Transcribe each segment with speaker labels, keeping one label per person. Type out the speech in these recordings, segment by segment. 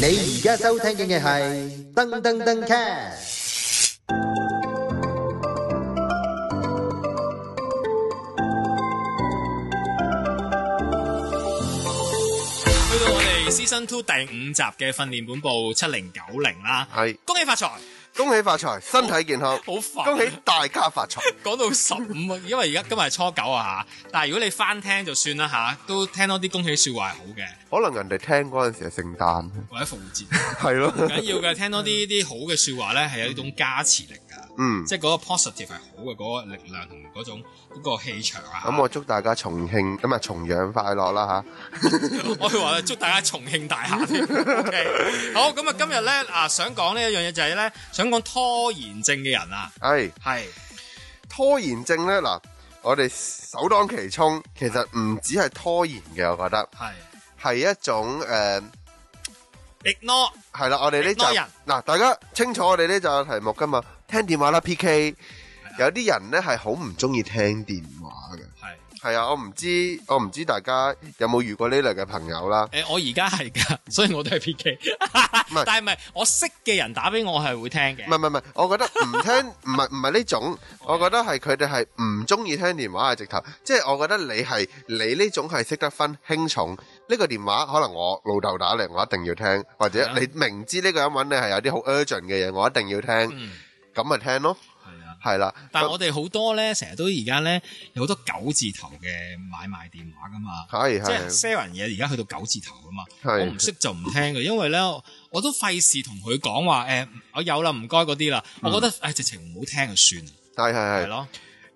Speaker 1: 你而家收聽嘅係噔噔噔 cast。
Speaker 2: 去到我哋 Season Two 第五集嘅訓練本部七零九零啦，
Speaker 3: 係
Speaker 2: 恭喜發財！
Speaker 3: 恭喜發財，身體健康，
Speaker 2: 好煩
Speaker 3: 恭喜大家發 財。
Speaker 2: 講到十五啊，因為而家今日係初九啊嚇，但係如果你翻聽就算啦嚇，都聽多啲恭喜説話係好嘅，
Speaker 3: 可能人哋聽嗰陣時係聖誕，
Speaker 2: 或者復活節
Speaker 3: 係
Speaker 2: 唔
Speaker 3: 咯，
Speaker 2: 緊要嘅，聽多 啲啲好嘅説話咧係有一種加持力㗎，
Speaker 3: 嗯。
Speaker 2: 即係嗰個 positive 係好嘅嗰、個力量同嗰種嗰、個氣場啊。
Speaker 3: 咁我祝大家重慶咁啊重陽快樂啦
Speaker 2: 我以話祝大家重慶大廈添。OK，好咁啊，今日咧啊想講呢一樣嘢就係咧，想講拖延症嘅人啊，
Speaker 3: 吓，係
Speaker 2: 係
Speaker 3: 拖延症呢，嗱，我哋首當其衝，其實唔止係拖延嘅，我覺得
Speaker 2: 係
Speaker 3: 係一種誒
Speaker 2: ignore
Speaker 3: 係啦，我哋呢
Speaker 2: 多人
Speaker 3: 集嗱，大家清楚我哋呢集嘅題目噶嘛？聽電話啦 PK，有啲人呢係好唔中意聽電話嘅。
Speaker 2: 係。
Speaker 3: 係啊，我唔知我唔知大家有冇遇過呢類嘅朋友啦。
Speaker 2: 誒、我而家係㗎， 所以我都係 P K。
Speaker 3: 係
Speaker 2: 但係唔係我識嘅人打俾我係會聽嘅
Speaker 3: 唔。係唔係唔係，我覺得唔聽唔係唔係呢種，我覺得係佢哋係唔中意聽電話嘅直頭。即係我覺得你係你呢種係識得分輕重。呢個電話可能我老豆打嚟，我一定要聽，或
Speaker 2: 係
Speaker 3: 者
Speaker 2: 啊
Speaker 3: 你明知呢個人揾你係有啲好 urgent 嘅嘢，我一定要聽，
Speaker 2: 嗯，
Speaker 3: 咁咪聽咯。
Speaker 2: 係啊。
Speaker 3: 係啦，
Speaker 2: 但係我哋好多咧，成日都而家咧有好多九字頭嘅買賣電話㗎嘛，
Speaker 3: 係
Speaker 2: 即係
Speaker 3: 係
Speaker 2: sell 人嘢而家去到九字頭㗎啊嘛。我唔
Speaker 3: 係
Speaker 2: 識就唔聽嘅，因為咧我都費事同佢講話誒，我有啦，唔該嗰啲啦。我覺得誒、唉直情唔好聽就算啦，
Speaker 3: 係係嗯係
Speaker 2: 係。咯，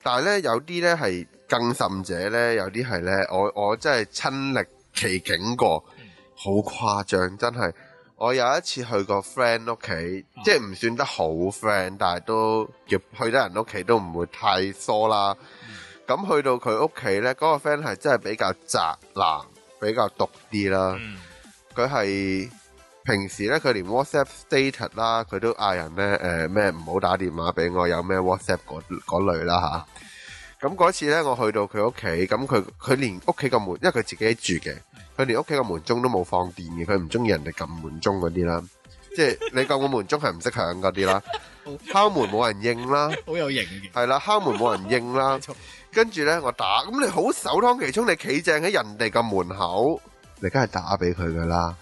Speaker 3: 但係咧，有啲咧係更甚者咧，有啲係咧，我我真係親歷其境過，好誇張，真係。我有一次去個 friend 屋企，即係唔算得好 friend，但係都叫去得人屋企都唔會太疏啦。咁去到佢屋企咧，嗰、個 friend 係真係比較宅男，比較毒啲啦。
Speaker 2: 嗯，
Speaker 3: 佢係平時咧，佢連 WhatsApp status 啦，佢都嗌人咧誒咩唔好打電話俾我，有咩 WhatsApp 嗰嗰類啦吓，咁嗰次咧，我去到佢屋企，咁佢佢連屋企個門，因為佢自己住嘅，佢連屋企個門鐘都冇放電嘅，佢唔中意人哋撳門鐘嗰啲啦，即係你撳個門鐘係唔識響嗰啲啦，敲門冇人應啦。
Speaker 2: 好有型嘅，
Speaker 3: 係啦，敲 門冇人應啦
Speaker 2: 繼續，
Speaker 3: 跟住咧我打，咁你好首當其衝，你企正喺人哋個門口，你梗係打俾佢噶啦，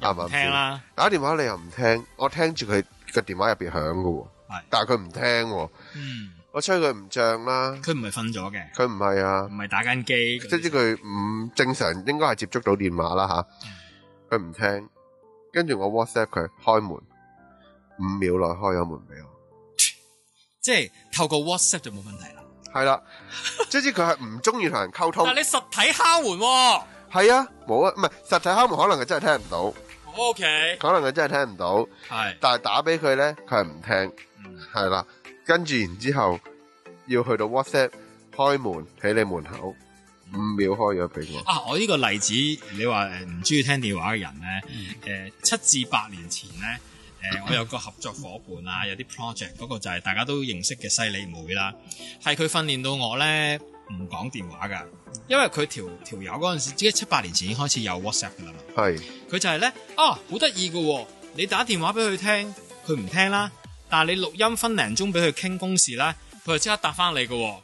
Speaker 3: 啱唔啱
Speaker 2: 聽
Speaker 3: 先？
Speaker 2: 啦，
Speaker 3: 打電話你又唔聽，我聽住佢個電話入邊響噶喎
Speaker 2: 係，
Speaker 3: 但係佢唔聽喎，
Speaker 2: 嗯，
Speaker 3: 我吹佢唔漲啦，
Speaker 2: 佢唔係瞓咗嘅，
Speaker 3: 佢唔係啊
Speaker 2: 唔，係打緊機，
Speaker 3: 即係佢唔正常應該係接觸到電話啦吓，佢唔聽，跟住我 WhatsApp 佢開門，五秒內開咗門俾我。
Speaker 2: 即係透過 WhatsApp 就冇問題啦。
Speaker 3: 係啦，即係佢係唔中意同人溝通
Speaker 2: 但係。你實體敲門喎
Speaker 3: 係啊，冇啊，唔係實體敲門，可能佢真係聽唔
Speaker 2: ，OK，
Speaker 3: 到，可能佢真係聽唔到，
Speaker 2: 係，
Speaker 3: 但係打俾佢呢，佢係唔聽，
Speaker 2: 嗯
Speaker 3: 係啦，跟住然之後要去到 WhatsApp 開門喺你門口，五秒開咗俾我，
Speaker 2: 啊，我呢個例子，你話誒唔中意聽電話嘅人咧，誒、七至八年前咧，誒、我有個合作伙伴啊，有啲 project 嗰個就係大家都認識嘅犀利妹啦，係佢訓練到我咧唔講電話㗎，因為佢條條友嗰陣時，即係七八年前已經開始有 WhatsApp 㗎啦嘛，
Speaker 3: 係
Speaker 2: 佢就係咧啊好得意㗎喎，你打電話俾佢聽，佢唔聽啦，但係你錄音分零鐘俾佢傾公事啦，佢就即刻答翻你㗎喎，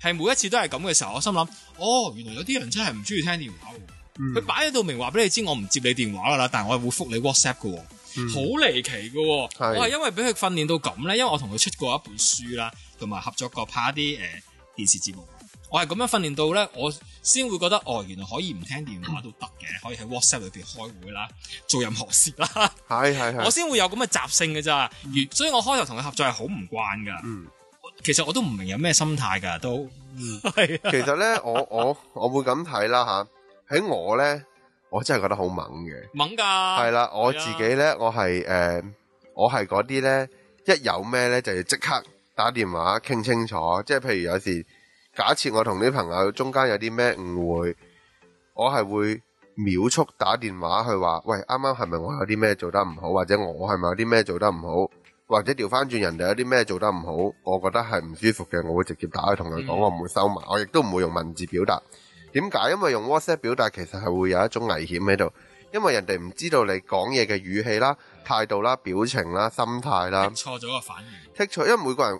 Speaker 2: 係每一次都係咁嘅時候，我心諗哦，原來有啲人真係唔中意聽電話喎。佢擺喺度明話俾你知，我唔接你電話噶啦，但係我係會覆你 WhatsApp 嘅喎，好離奇嘅喎。
Speaker 3: 係
Speaker 2: 我係因為俾佢訓練到咁咧，因為我同佢出過一本書啦，同埋合作過拍一啲誒、呃、電視節目。我係咁樣訓練到咧，我先會覺得哦，原來可以唔聽電話都得嘅，可以喺 WhatsApp 裏邊開會啦，做任何事啦，
Speaker 3: 係係
Speaker 2: 我
Speaker 3: 係，
Speaker 2: 先會有咁嘅習性嘅咋。如所以我開頭同佢合作係好唔慣噶，
Speaker 3: 嗯，
Speaker 2: 其實我都唔明有咩心態噶，都係啊，
Speaker 3: 其實呢，我我我會咁睇啦吓，喺我呢，我真係覺得好猛嘅，
Speaker 2: 猛㗎，
Speaker 3: 係
Speaker 2: 係
Speaker 3: 啦，我自己呢，我係誒，我係嗰啲呢，一有咩呢，就要即刻打電話傾清楚，即係譬如有時假設我同啲朋友中間有啲咩誤會，我係會秒速打電話去話，喂，啱啱係咪我有啲咩做得唔好，或者我係咪有啲咩做得唔好，或者調翻轉人哋有啲咩做得唔好，我覺得係唔舒服嘅，我會直接打去同佢講，
Speaker 2: 嗯
Speaker 3: 我唔會收埋，我亦都唔會用文字表達。點解？因為用 WhatsApp 表達其實係會有一種危險喺度。因為人哋唔知道你講嘢嘅語氣啦、態度啦、表情啦、心態啦。
Speaker 2: 剔錯咗個反應，
Speaker 3: 剔除，因為每個人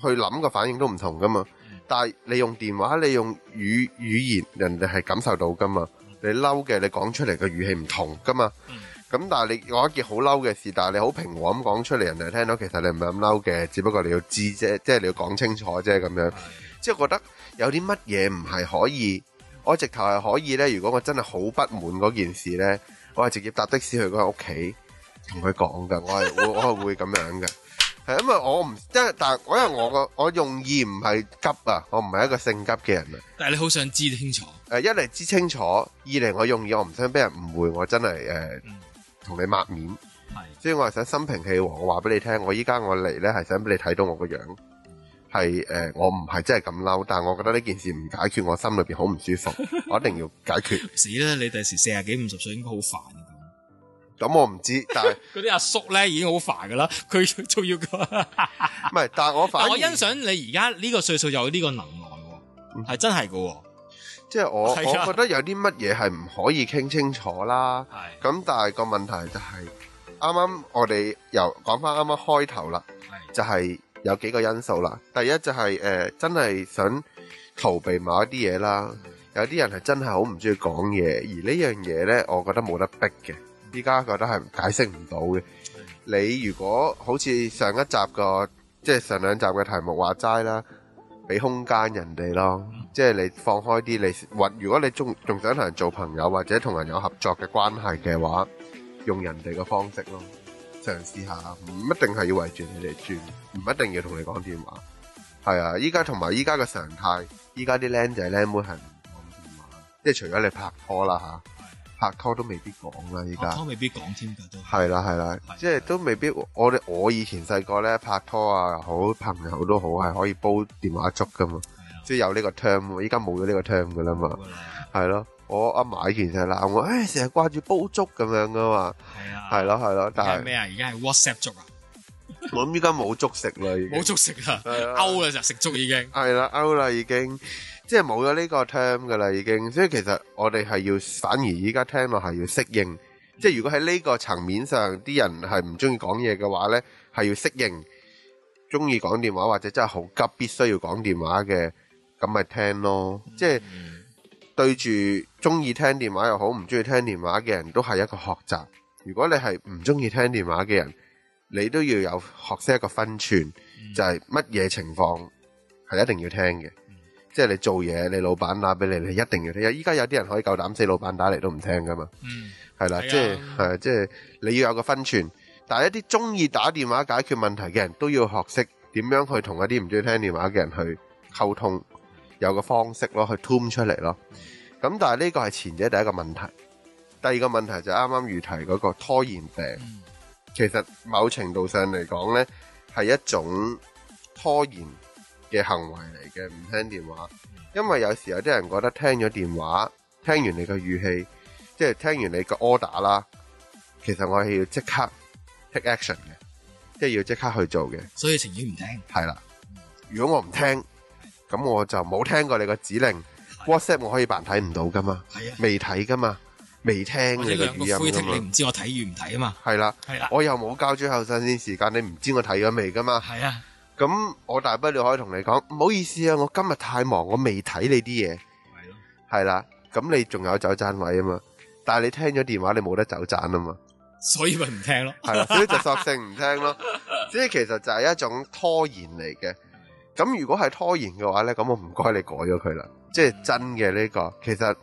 Speaker 3: 去諗個反應都唔同噶嘛
Speaker 2: 嗯。
Speaker 3: 但係你用電話，你用語語言，人哋係感受到噶嘛。你嬲嘅，你講出嚟嘅語氣唔同噶嘛。
Speaker 2: 嗯
Speaker 3: 咁但係你講一件好嬲嘅事，但係你好平和咁講出嚟，人哋聽到其實你唔係咁嬲嘅，只不過你要知啫，即係你要講清楚啫咁樣。即係覺得有啲乜嘢唔係可以，我直頭係可以呢。如果我真係好不滿嗰件事呢，我係直接搭的士去佢屋企同佢講㗎。我係會我係會咁樣嘅。係因為我唔，即係但係我因為我個我用意唔係急啊，我唔係一個性急嘅人啊。
Speaker 2: 但係你好想知清楚，
Speaker 3: 誒、一嚟知清楚，二嚟我用意我唔想俾人誤會，我真係誒
Speaker 2: 嗯
Speaker 3: 同你抹面，
Speaker 2: 係
Speaker 3: 所以我係想心平氣和，我話俾你聽，我依家我嚟呢係想俾你睇到我個樣，係誒、呃我唔係真係咁嬲，但係我覺得呢件事唔解決，我心裏邊好唔舒服， 我一定要解決。
Speaker 2: 死啦！你第時四廿幾五十歲應該好煩㗎。
Speaker 3: 咁我唔知，但係
Speaker 2: 嗰啲阿叔咧已經好煩 㗎啦，佢仲要個。
Speaker 3: 唔係，但係我
Speaker 2: 但
Speaker 3: 反而
Speaker 2: 我欣賞你而家呢個歲數有呢個能耐喎，
Speaker 3: 嗯
Speaker 2: 係真係㗎喎。
Speaker 3: 即係我
Speaker 2: 係啊
Speaker 3: 我覺得有啲乜嘢係唔可以傾清楚啦。
Speaker 2: 係
Speaker 3: 咁但係個問題就係、啱啱我哋由講翻啱啱開頭啦，
Speaker 2: 係
Speaker 3: 就係、有幾個因素啦。第一就係、呃真係想逃避某一啲嘢啦。有啲人係真係好唔中意講嘢，而呢樣嘢呢，我覺得冇得逼嘅。依家覺得係解釋唔到嘅。你如果好似上一集個，即係上兩集嘅題目話齋啦，俾空間人哋咯，即係你放開啲，你或如果你仲仲想同人做朋友或者同人有合作嘅關係嘅話，用人哋嘅方式咯，嘗試下，唔一定係要圍住你哋轉，唔一定要同你講電話。係啊，依家同埋依家嘅常態，依家啲僆仔僆妹係唔講電話，即係除咗你拍拖啦吓，拍拖都未必講啦，依
Speaker 2: 阿
Speaker 3: 家。
Speaker 2: 哦湯未必講添㗎都。
Speaker 3: 係啦係啦
Speaker 2: 係，
Speaker 3: 即係都未必。我哋我以前細個咧拍拖啊，好朋友都好係可以煲電話粥噶嘛，即係有呢個 term。依家冇咗呢個 term 噶啦嘛，
Speaker 2: 係啊
Speaker 3: 係咯。我阿嫲以前就係鬧我，誒成日掛住煲粥咁樣噶嘛，
Speaker 2: 係啊，
Speaker 3: 係咯係咯。
Speaker 2: 而家
Speaker 3: 但
Speaker 2: 係
Speaker 3: 係
Speaker 2: 咩啊？而家係 WhatsApp 粥啊，
Speaker 3: 我諗依家冇粥食啦，已經
Speaker 2: 冇粥食啊，
Speaker 3: 係啊
Speaker 2: 勾啦就食粥已經。
Speaker 3: 係啦 out 啦已經，即係冇咗呢個 term 噶啦已經。所以其實我哋係要反而依家聽落係要適應，即係如果喺呢個層面上啲人係唔中意講嘢嘅話呢，係要適應中意講電話或者真係好急必須要講電話嘅，咁咪聽咯。即係對住中意聽電話又好，唔中意聽電話嘅人都係一個學習。如果你係唔中意聽電話嘅人，你都要有學識一個分寸，
Speaker 2: 嗯
Speaker 3: 就係乜嘢情況係一定要聽嘅。即係你做嘢，你老闆打俾你，你一定要聽。依家有啲人可以夠膽死，老闆打嚟都唔聽噶嘛。
Speaker 2: 嗯，
Speaker 3: 係啦，
Speaker 2: 係啊
Speaker 3: 即係係即係你要有個分寸，但係一啲中意打電話解決問題嘅人都要學識點樣去同一啲唔中意聽電話嘅人去溝通，有個方式咯，去 tune 出嚟咯。咁但係呢個係前者第一個問題，第二個問題就係啱啱如題嗰個拖延病，
Speaker 2: 嗯
Speaker 3: 其實某程度上嚟講呢，係一種拖延嘅行為嚟嘅，唔聽電話，因為有時有啲人覺得聽咗電話，聽完你嘅語氣。即係聽完你個 order 啦，其實我係要即刻 take action 嘅，即係要即刻去做嘅，
Speaker 2: 所以情願唔聽。
Speaker 3: 係啦。如果我唔聽，咁我就冇聽過你個指
Speaker 2: 啊
Speaker 3: 令。WhatsApp 我可以扮睇唔到噶嘛，
Speaker 2: 係啊，
Speaker 3: 未睇噶嘛，未聽
Speaker 2: 我
Speaker 3: 你
Speaker 2: 哋
Speaker 3: 個
Speaker 2: 兩個
Speaker 3: 語
Speaker 2: 灰
Speaker 3: 音噶
Speaker 2: 剔，你
Speaker 3: 嘛，
Speaker 2: 唔知我睇與唔睇啊嘛。
Speaker 3: 係啦。
Speaker 2: 係啦，
Speaker 3: 我又冇交最後新鮮時間，你唔知我睇咗未噶嘛？
Speaker 2: 係啊，
Speaker 3: 咁我大不了可以同你講，唔好意思啊，我今日太忙，我未睇你啲嘢。
Speaker 2: 係咯，
Speaker 3: 係啦，咁你仲有走盞位啊嘛？但係你聽咗電話，你冇得走盞啊嘛。
Speaker 2: 所以咪唔聽咯。
Speaker 3: 系啦，啊所以就索性唔聽咯。所以其實就係一種拖延嚟嘅。咁如果係拖延嘅話呢，咁我唔該你改咗佢啦。即係真嘅呢、個，其實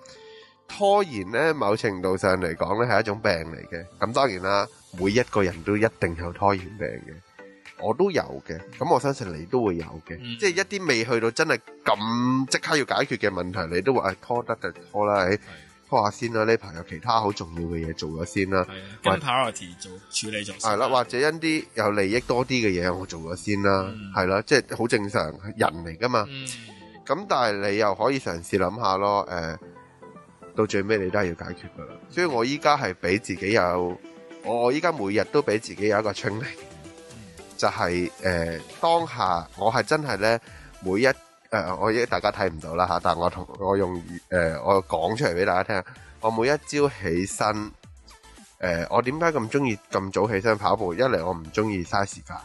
Speaker 3: 拖延呢，某程度上嚟講呢，係一種病嚟嘅。咁當然啦，每一個人都一定有拖延病嘅，我都有嘅。咁我相信你都會有嘅。
Speaker 2: 嗯
Speaker 3: 即係一啲未去到真係咁即刻要解決嘅問題，你都話、唉啊拖得就拖啦，唉拖下先啦。呢排有其他好重要嘅嘢做咗先啦。
Speaker 2: 係啊，跟 priority 做處理咗先。
Speaker 3: 係啦，或者因啲有利益多啲嘅嘢，我做咗先啦
Speaker 2: 嗯，
Speaker 3: 係啦，即係好正常，人嚟噶嘛。
Speaker 2: 嗯，
Speaker 3: 咁但係你又可以嘗試諗下咯，誒、到最尾你都係要解決噶啦。所以我依家係俾自己有，我我依家每日都俾自己有一個 training，就係、誒、當下我係真係咧每一誒、我依大家睇唔到啦嚇，但我同我用語誒、我講出嚟俾大家聽，我每一朝起身诶、我點解咁中意咁早起身跑步？一嚟我唔中意嘥時間，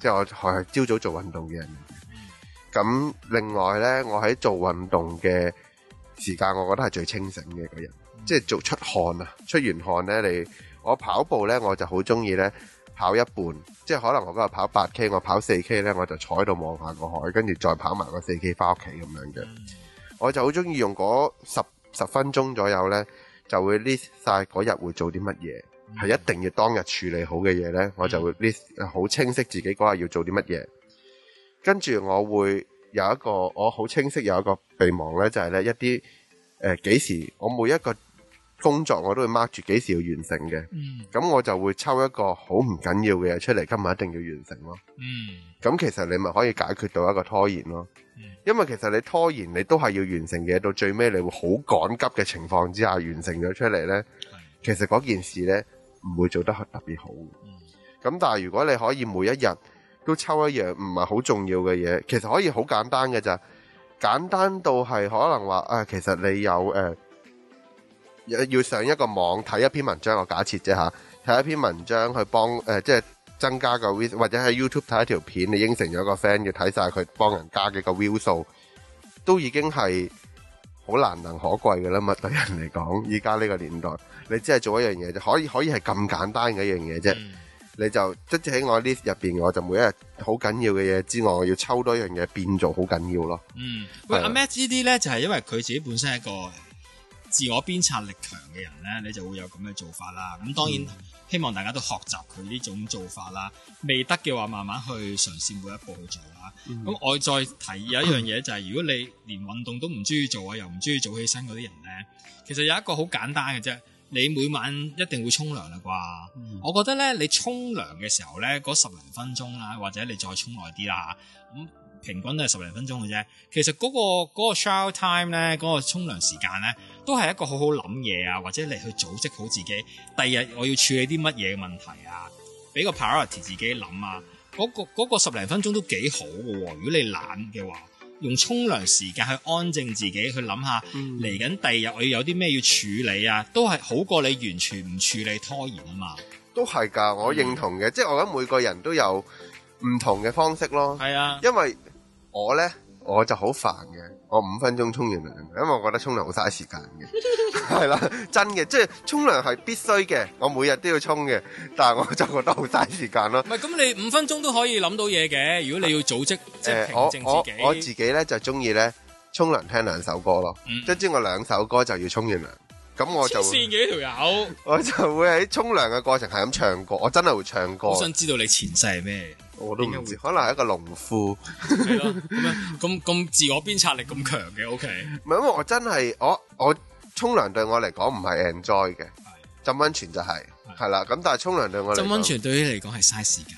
Speaker 3: 即係我係朝早做運動嘅人嚟嘅。咁另外呢，我喺做運動嘅時間，我覺得係最清醒嘅個人，即係做出汗啊，出完汗呢，你我跑步呢，我就好中意呢跑一半，即係可能我今日跑八 K，我跑四 K 呢，我就坐喺度望下個海，跟住再跑埋個四 K 翻屋企咁樣嘅。我就好中意用嗰十十分鐘左右呢，就會 list 晒嗰日會做啲乜嘢，係一定要當日處理好嘅嘢呢，我就會 list 好清晰自己嗰日要做啲乜嘢。跟住我會有一個我好清晰有一個備忘呢，就係、呢一啲誒幾時我每一個工作我都會 mark 住幾時要完成嘅。
Speaker 2: 嗯
Speaker 3: 咁我就會抽一個好唔緊要嘅嘢出嚟，今日一定要完成咯。
Speaker 2: 嗯
Speaker 3: 咁其實你咪可以解決到一個拖延咯
Speaker 2: 嗯。
Speaker 3: 因為其實你拖延，你都係要完成嘅，到最尾你會好趕急嘅情況之下完成咗出嚟呢。其實嗰件事呢，唔會做得特別好。
Speaker 2: 嗯
Speaker 3: 咁但係如果你可以每一日都抽一樣唔係好重要嘅嘢，其實可以好簡單嘅咋，簡單到係可能話啊，其實你有誒、呃要要上一個網睇一篇文章，我假設啫嚇，睇一篇文章去幫誒、呃即係增加個 view，或者喺 YouTube 睇一條片，你應承咗個 friend 要睇晒佢幫人加幾個 view 數，都已經係。好難能可貴嘅啦嘛，對人嚟講，依家呢個年代，你只係做一樣嘢就可以可以係咁簡單嘅一樣嘢啫。
Speaker 2: 嗯
Speaker 3: 你就即係喺我 list 入邊，我就每一日好緊要嘅嘢之外，我要抽多一樣嘢變做好緊要咯。
Speaker 2: 嗯，喂，
Speaker 3: 係啊
Speaker 2: 阿 Matt 呢啲咧就係因為佢自己本身係一個自我鞭策力強嘅人咧，你就會有咁嘅做法啦。咁當然
Speaker 3: 嗯
Speaker 2: 希望大家都學習佢呢種做法啦。未得嘅話，慢慢去嘗試每一步去做啦。
Speaker 3: 嗯
Speaker 2: 咁、我再提有一樣嘢就係、如果你連運動都唔中意做啊，又唔中意早起身嗰啲人咧，其實有一個好簡單嘅啫，你每晚一定會沖涼啦啩。
Speaker 3: 嗯
Speaker 2: 我覺得咧，你沖涼嘅時候咧，嗰十零分鐘啦，或者你再沖耐啲啦，咁平均都係十零分鐘嘅啫。其實嗰、個嗰、個 shower time 咧，嗰、個沖涼時間咧，都係一個好好諗嘢啊，或者你去組織好自己，第二日我要處理啲乜嘢嘅問題啊，俾個 priority 自己諗啊。嗰、個嗰個十零分鐘都幾好嘅喎，如果你懶嘅話，用沖涼時間去安靜自己，去諗下
Speaker 3: 嗯
Speaker 2: 嚟緊第二日我要有啲咩要處理啊，都係好過你完全唔處理拖延啊嘛。
Speaker 3: 都係
Speaker 2: 嗯
Speaker 3: 㗎，我認同嘅，即係我覺得每個人都有唔同嘅方式咯。
Speaker 2: 係啊，
Speaker 3: 因為我呢，我就好煩嘅，我五分鐘沖完涼，因為我覺得沖涼好嘥時間嘅， 係啦，真嘅，即係沖涼係必須嘅，我每日都要沖嘅，但係我就覺得好嘥時間咯
Speaker 2: 唔。係咁你五分鐘都可以諗到嘢嘅。如果你要組織即係
Speaker 3: 誒
Speaker 2: 平
Speaker 3: 我
Speaker 2: 靜
Speaker 3: 我
Speaker 2: 自己，
Speaker 3: 我自己呢，就中意呢，沖涼聽兩首歌咯，
Speaker 2: 嗯
Speaker 3: 即係知我兩首歌就要沖完涼，咁我就
Speaker 2: 黐
Speaker 3: 會
Speaker 2: 線嘅呢條友，
Speaker 3: 我就會喺沖涼嘅過程係咁唱歌，我真係會唱歌
Speaker 2: 好，想知道你前世係咩？
Speaker 3: 我都唔知，可能係一個農夫，唔
Speaker 2: 係咯，咁樣咁咁自我鞭策力咁強嘅，OK，
Speaker 3: 係因為我真係我我沖涼對我嚟講唔係 enjoy 嘅，浸温泉就係係啦，咁但係沖涼對我嚟
Speaker 2: 浸温
Speaker 3: 講
Speaker 2: 泉對於你嚟講係嘥時間，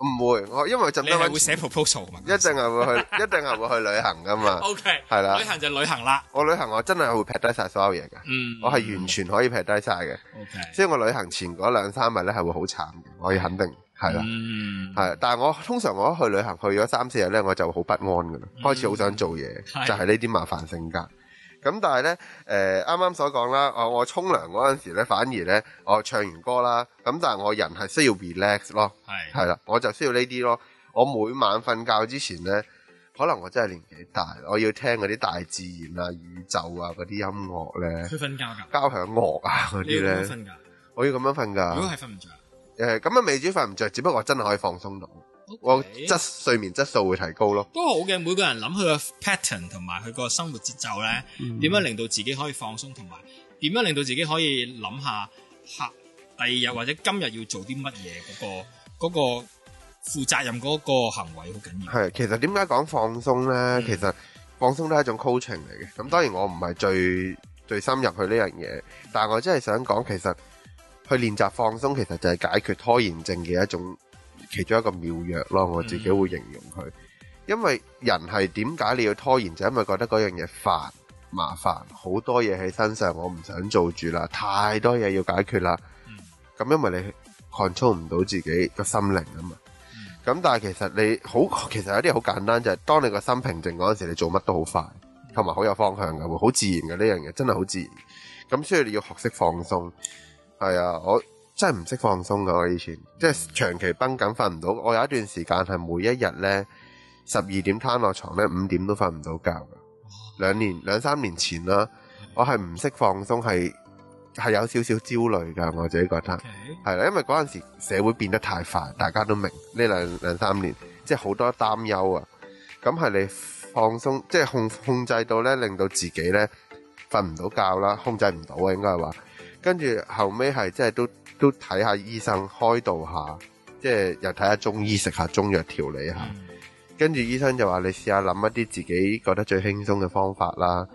Speaker 3: 唔會，我因為浸
Speaker 2: 你
Speaker 3: 温
Speaker 2: 係會寫
Speaker 3: 泉
Speaker 2: proposal 嘛
Speaker 3: 一定係會去， 一定係會去旅行噶嘛。
Speaker 2: ？OK，
Speaker 3: 係啦
Speaker 2: 旅行就旅行啦，
Speaker 3: 我旅行我真係會劈低晒所有嘢嘅，
Speaker 2: 嗯，
Speaker 3: 我係完全可以劈低晒嘅，
Speaker 2: OK，
Speaker 3: 即係我旅行前嗰兩三日咧係會好慘嘅，我要肯定係啦。
Speaker 2: 嗯，
Speaker 3: 系，但系我通常我一去旅行去咗三四日咧，我就好不安噶啦，
Speaker 2: 嗯
Speaker 3: 開始好想做嘢，
Speaker 2: 係
Speaker 3: 就係呢啲麻煩性格。咁但係咧，诶啱啱所講啦，我我沖涼嗰阵时咧，反而咧我唱完歌啦，咁但係我人係需要 relax 咯，
Speaker 2: 係
Speaker 3: 係啦，我就需要呢啲咯。我每晚瞓覺之前咧，可能我真係年紀大，我要聽嗰啲大自然啊、宇宙啊嗰啲音樂咧，
Speaker 2: 佢瞓覺㗎，
Speaker 3: 交響樂啊嗰
Speaker 2: 你要
Speaker 3: 啲
Speaker 2: 點樣
Speaker 3: 咧，啊
Speaker 2: 瞓㗎？
Speaker 3: 我要咁樣瞓
Speaker 2: 如果
Speaker 3: 㗎。
Speaker 2: 係瞓唔着，
Speaker 3: 诶，咁啊未至於瞓唔着，只不過我真係可以放鬆到。我
Speaker 2: OK
Speaker 3: 質睡眠質素會提高咯。
Speaker 2: 都好嘅，每個人諗佢個 pattern 同埋佢個生活節奏咧，點樣令到自己可以放鬆，同埋點樣令到自己可以諗下下第二日或者今日要做啲乜嘢嗰個嗰、個負責任嗰個行為好緊要。
Speaker 3: 係，其實點解講放鬆呢？其實放鬆都係一種 coaching 嚟嘅。咁當然我唔係最最深入去呢樣嘢，但係我真係想講，其實去練習放鬆，其實就係解決拖延症嘅一種其中一個妙藥咯。我自己會形容佢，因為人係點解你要拖延，就因為覺得嗰樣嘢煩。麻煩，好多嘢喺身上，我唔想做住啦，太多嘢要解決啦。咁因為你 control 唔到自己個心靈啊嘛。咁但係其實你好，其實有啲嘢好簡單，就係、當你個心平靜嗰陣時，你做乜都好快，同埋好有方向嘅喎，好自然嘅呢樣嘢，真係好自然。咁所以你要學識放鬆。係啊，我真係唔識放鬆噶。我以前即係長期崩緊，瞓唔到。我有一段時間係每一日咧十二點攤落床咧，五點都瞓唔到覺噶。兩年兩三年前啦，我係唔識放鬆，係係有少少焦慮噶。我自己覺得。
Speaker 2: OK，
Speaker 3: 係啦，因為嗰陣時社會變得太快，大家都明呢兩兩三年，即係好多擔憂啊。咁係你放鬆，即係控控制到咧，令到自己咧瞓唔到覺啦，控制唔到啊，應該係話。跟住後尾係即係都都睇下醫生開導下，即係又睇下中醫，食下中藥調理下。
Speaker 2: 嗯
Speaker 3: 跟住醫生就話你試下諗一啲自己覺得最輕鬆嘅方法啦。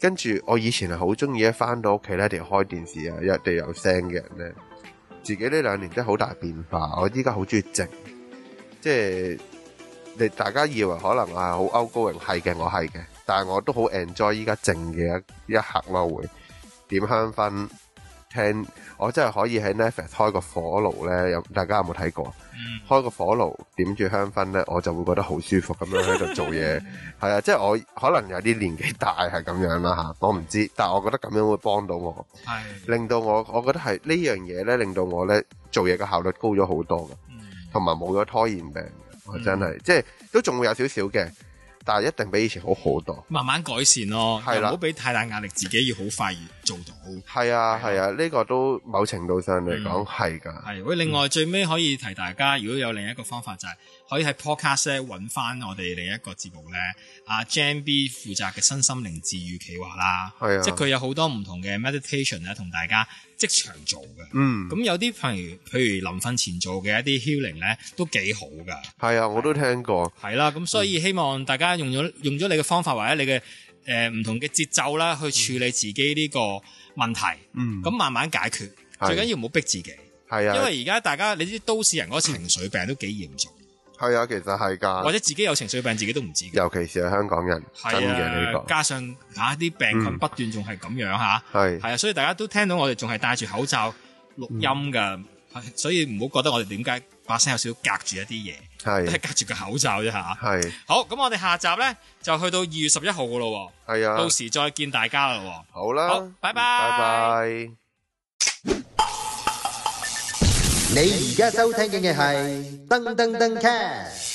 Speaker 3: 跟住我以前係好中意一翻到屋企咧，一定要開電視啊，一定有聲嘅人咧。自己呢兩年真係好大變化，我依家好中意靜，即係你大家以為可能係好 outgoing，係嘅，我係嘅，但係我都好 enjoy 依家靜嘅一一刻咯，會點香薰，聽我真係可以喺 Netflix 開個火爐咧，有大家有冇睇過？
Speaker 2: 嗯
Speaker 3: 開個火爐點住香薰咧，我就會覺得好舒服咁樣喺度做嘢。 係啊，即係我可能有啲年紀大係咁樣啦嚇，我唔知，但係我覺得咁樣會幫到我，
Speaker 2: 係，
Speaker 3: 令到我我覺得係呢樣嘢咧，令到我咧做嘢嘅效率高咗好多嘅，
Speaker 2: 嗯
Speaker 3: 同埋冇咗拖延病。我真係、即係都仲會有少少嘅，但係一定比以前好好多。
Speaker 2: 慢慢改善咯，
Speaker 3: 係
Speaker 2: 又唔
Speaker 3: 啦
Speaker 2: 好俾太大壓力，自己要好快做到。
Speaker 3: 係啊係啊，呢、個都某程度上嚟講係㗎。
Speaker 2: 嗯係，喂，另外最尾可以提大
Speaker 3: 嗯
Speaker 2: 家，如果有另一個方法就係、可以喺 podcast 咧揾翻我哋另一個節目咧，阿 Jam B 負責嘅身心靈治愈企劃啦，
Speaker 3: 係啊
Speaker 2: 即係佢有好多唔同嘅 meditation 咧，同大家即場做嘅。
Speaker 3: 嗯，
Speaker 2: 咁有啲譬如譬如臨瞓前做嘅一啲 healing 咧，都幾好㗎。
Speaker 3: 係啊，我都聽過。
Speaker 2: 係啦，咁所以希望大家用
Speaker 3: 嗯
Speaker 2: 咗用咗你嘅方法或者你嘅誒唔同嘅節奏啦，去處理自己呢個問題，
Speaker 3: 嗯
Speaker 2: 咁慢慢解決。
Speaker 3: 係
Speaker 2: 最緊要唔好逼自己，
Speaker 3: 係
Speaker 2: 因
Speaker 3: 啊，
Speaker 2: 為而家大家你知都市人嗰個情緒病都幾嚴重，
Speaker 3: 係啊，其實係㗎
Speaker 2: 或。者自己有情緒病自己都唔知嘅。
Speaker 3: 尤其是係香港人，真
Speaker 2: 係
Speaker 3: 嘅呢
Speaker 2: 啊，
Speaker 3: 個
Speaker 2: 加上嚇啲病菌
Speaker 3: 嗯
Speaker 2: 不斷仲係咁樣嚇，
Speaker 3: 係
Speaker 2: 係啊，所以大家都聽到我哋仲係戴住口罩錄音㗎，係所以唔好覺得我哋點解把聲有少少隔住一啲嘢，都
Speaker 3: 係
Speaker 2: 係隔住個口罩啫嚇。
Speaker 3: 係
Speaker 2: 好，咁我哋下集呢，就去到二月十一號噶咯
Speaker 3: 係
Speaker 2: 喎，
Speaker 3: 啊
Speaker 2: 到，時再見大家啦喎。
Speaker 3: 好啦，
Speaker 2: 好拜拜
Speaker 3: 拜拜。
Speaker 1: 你而家收聽嘅係噔噔噔 cast。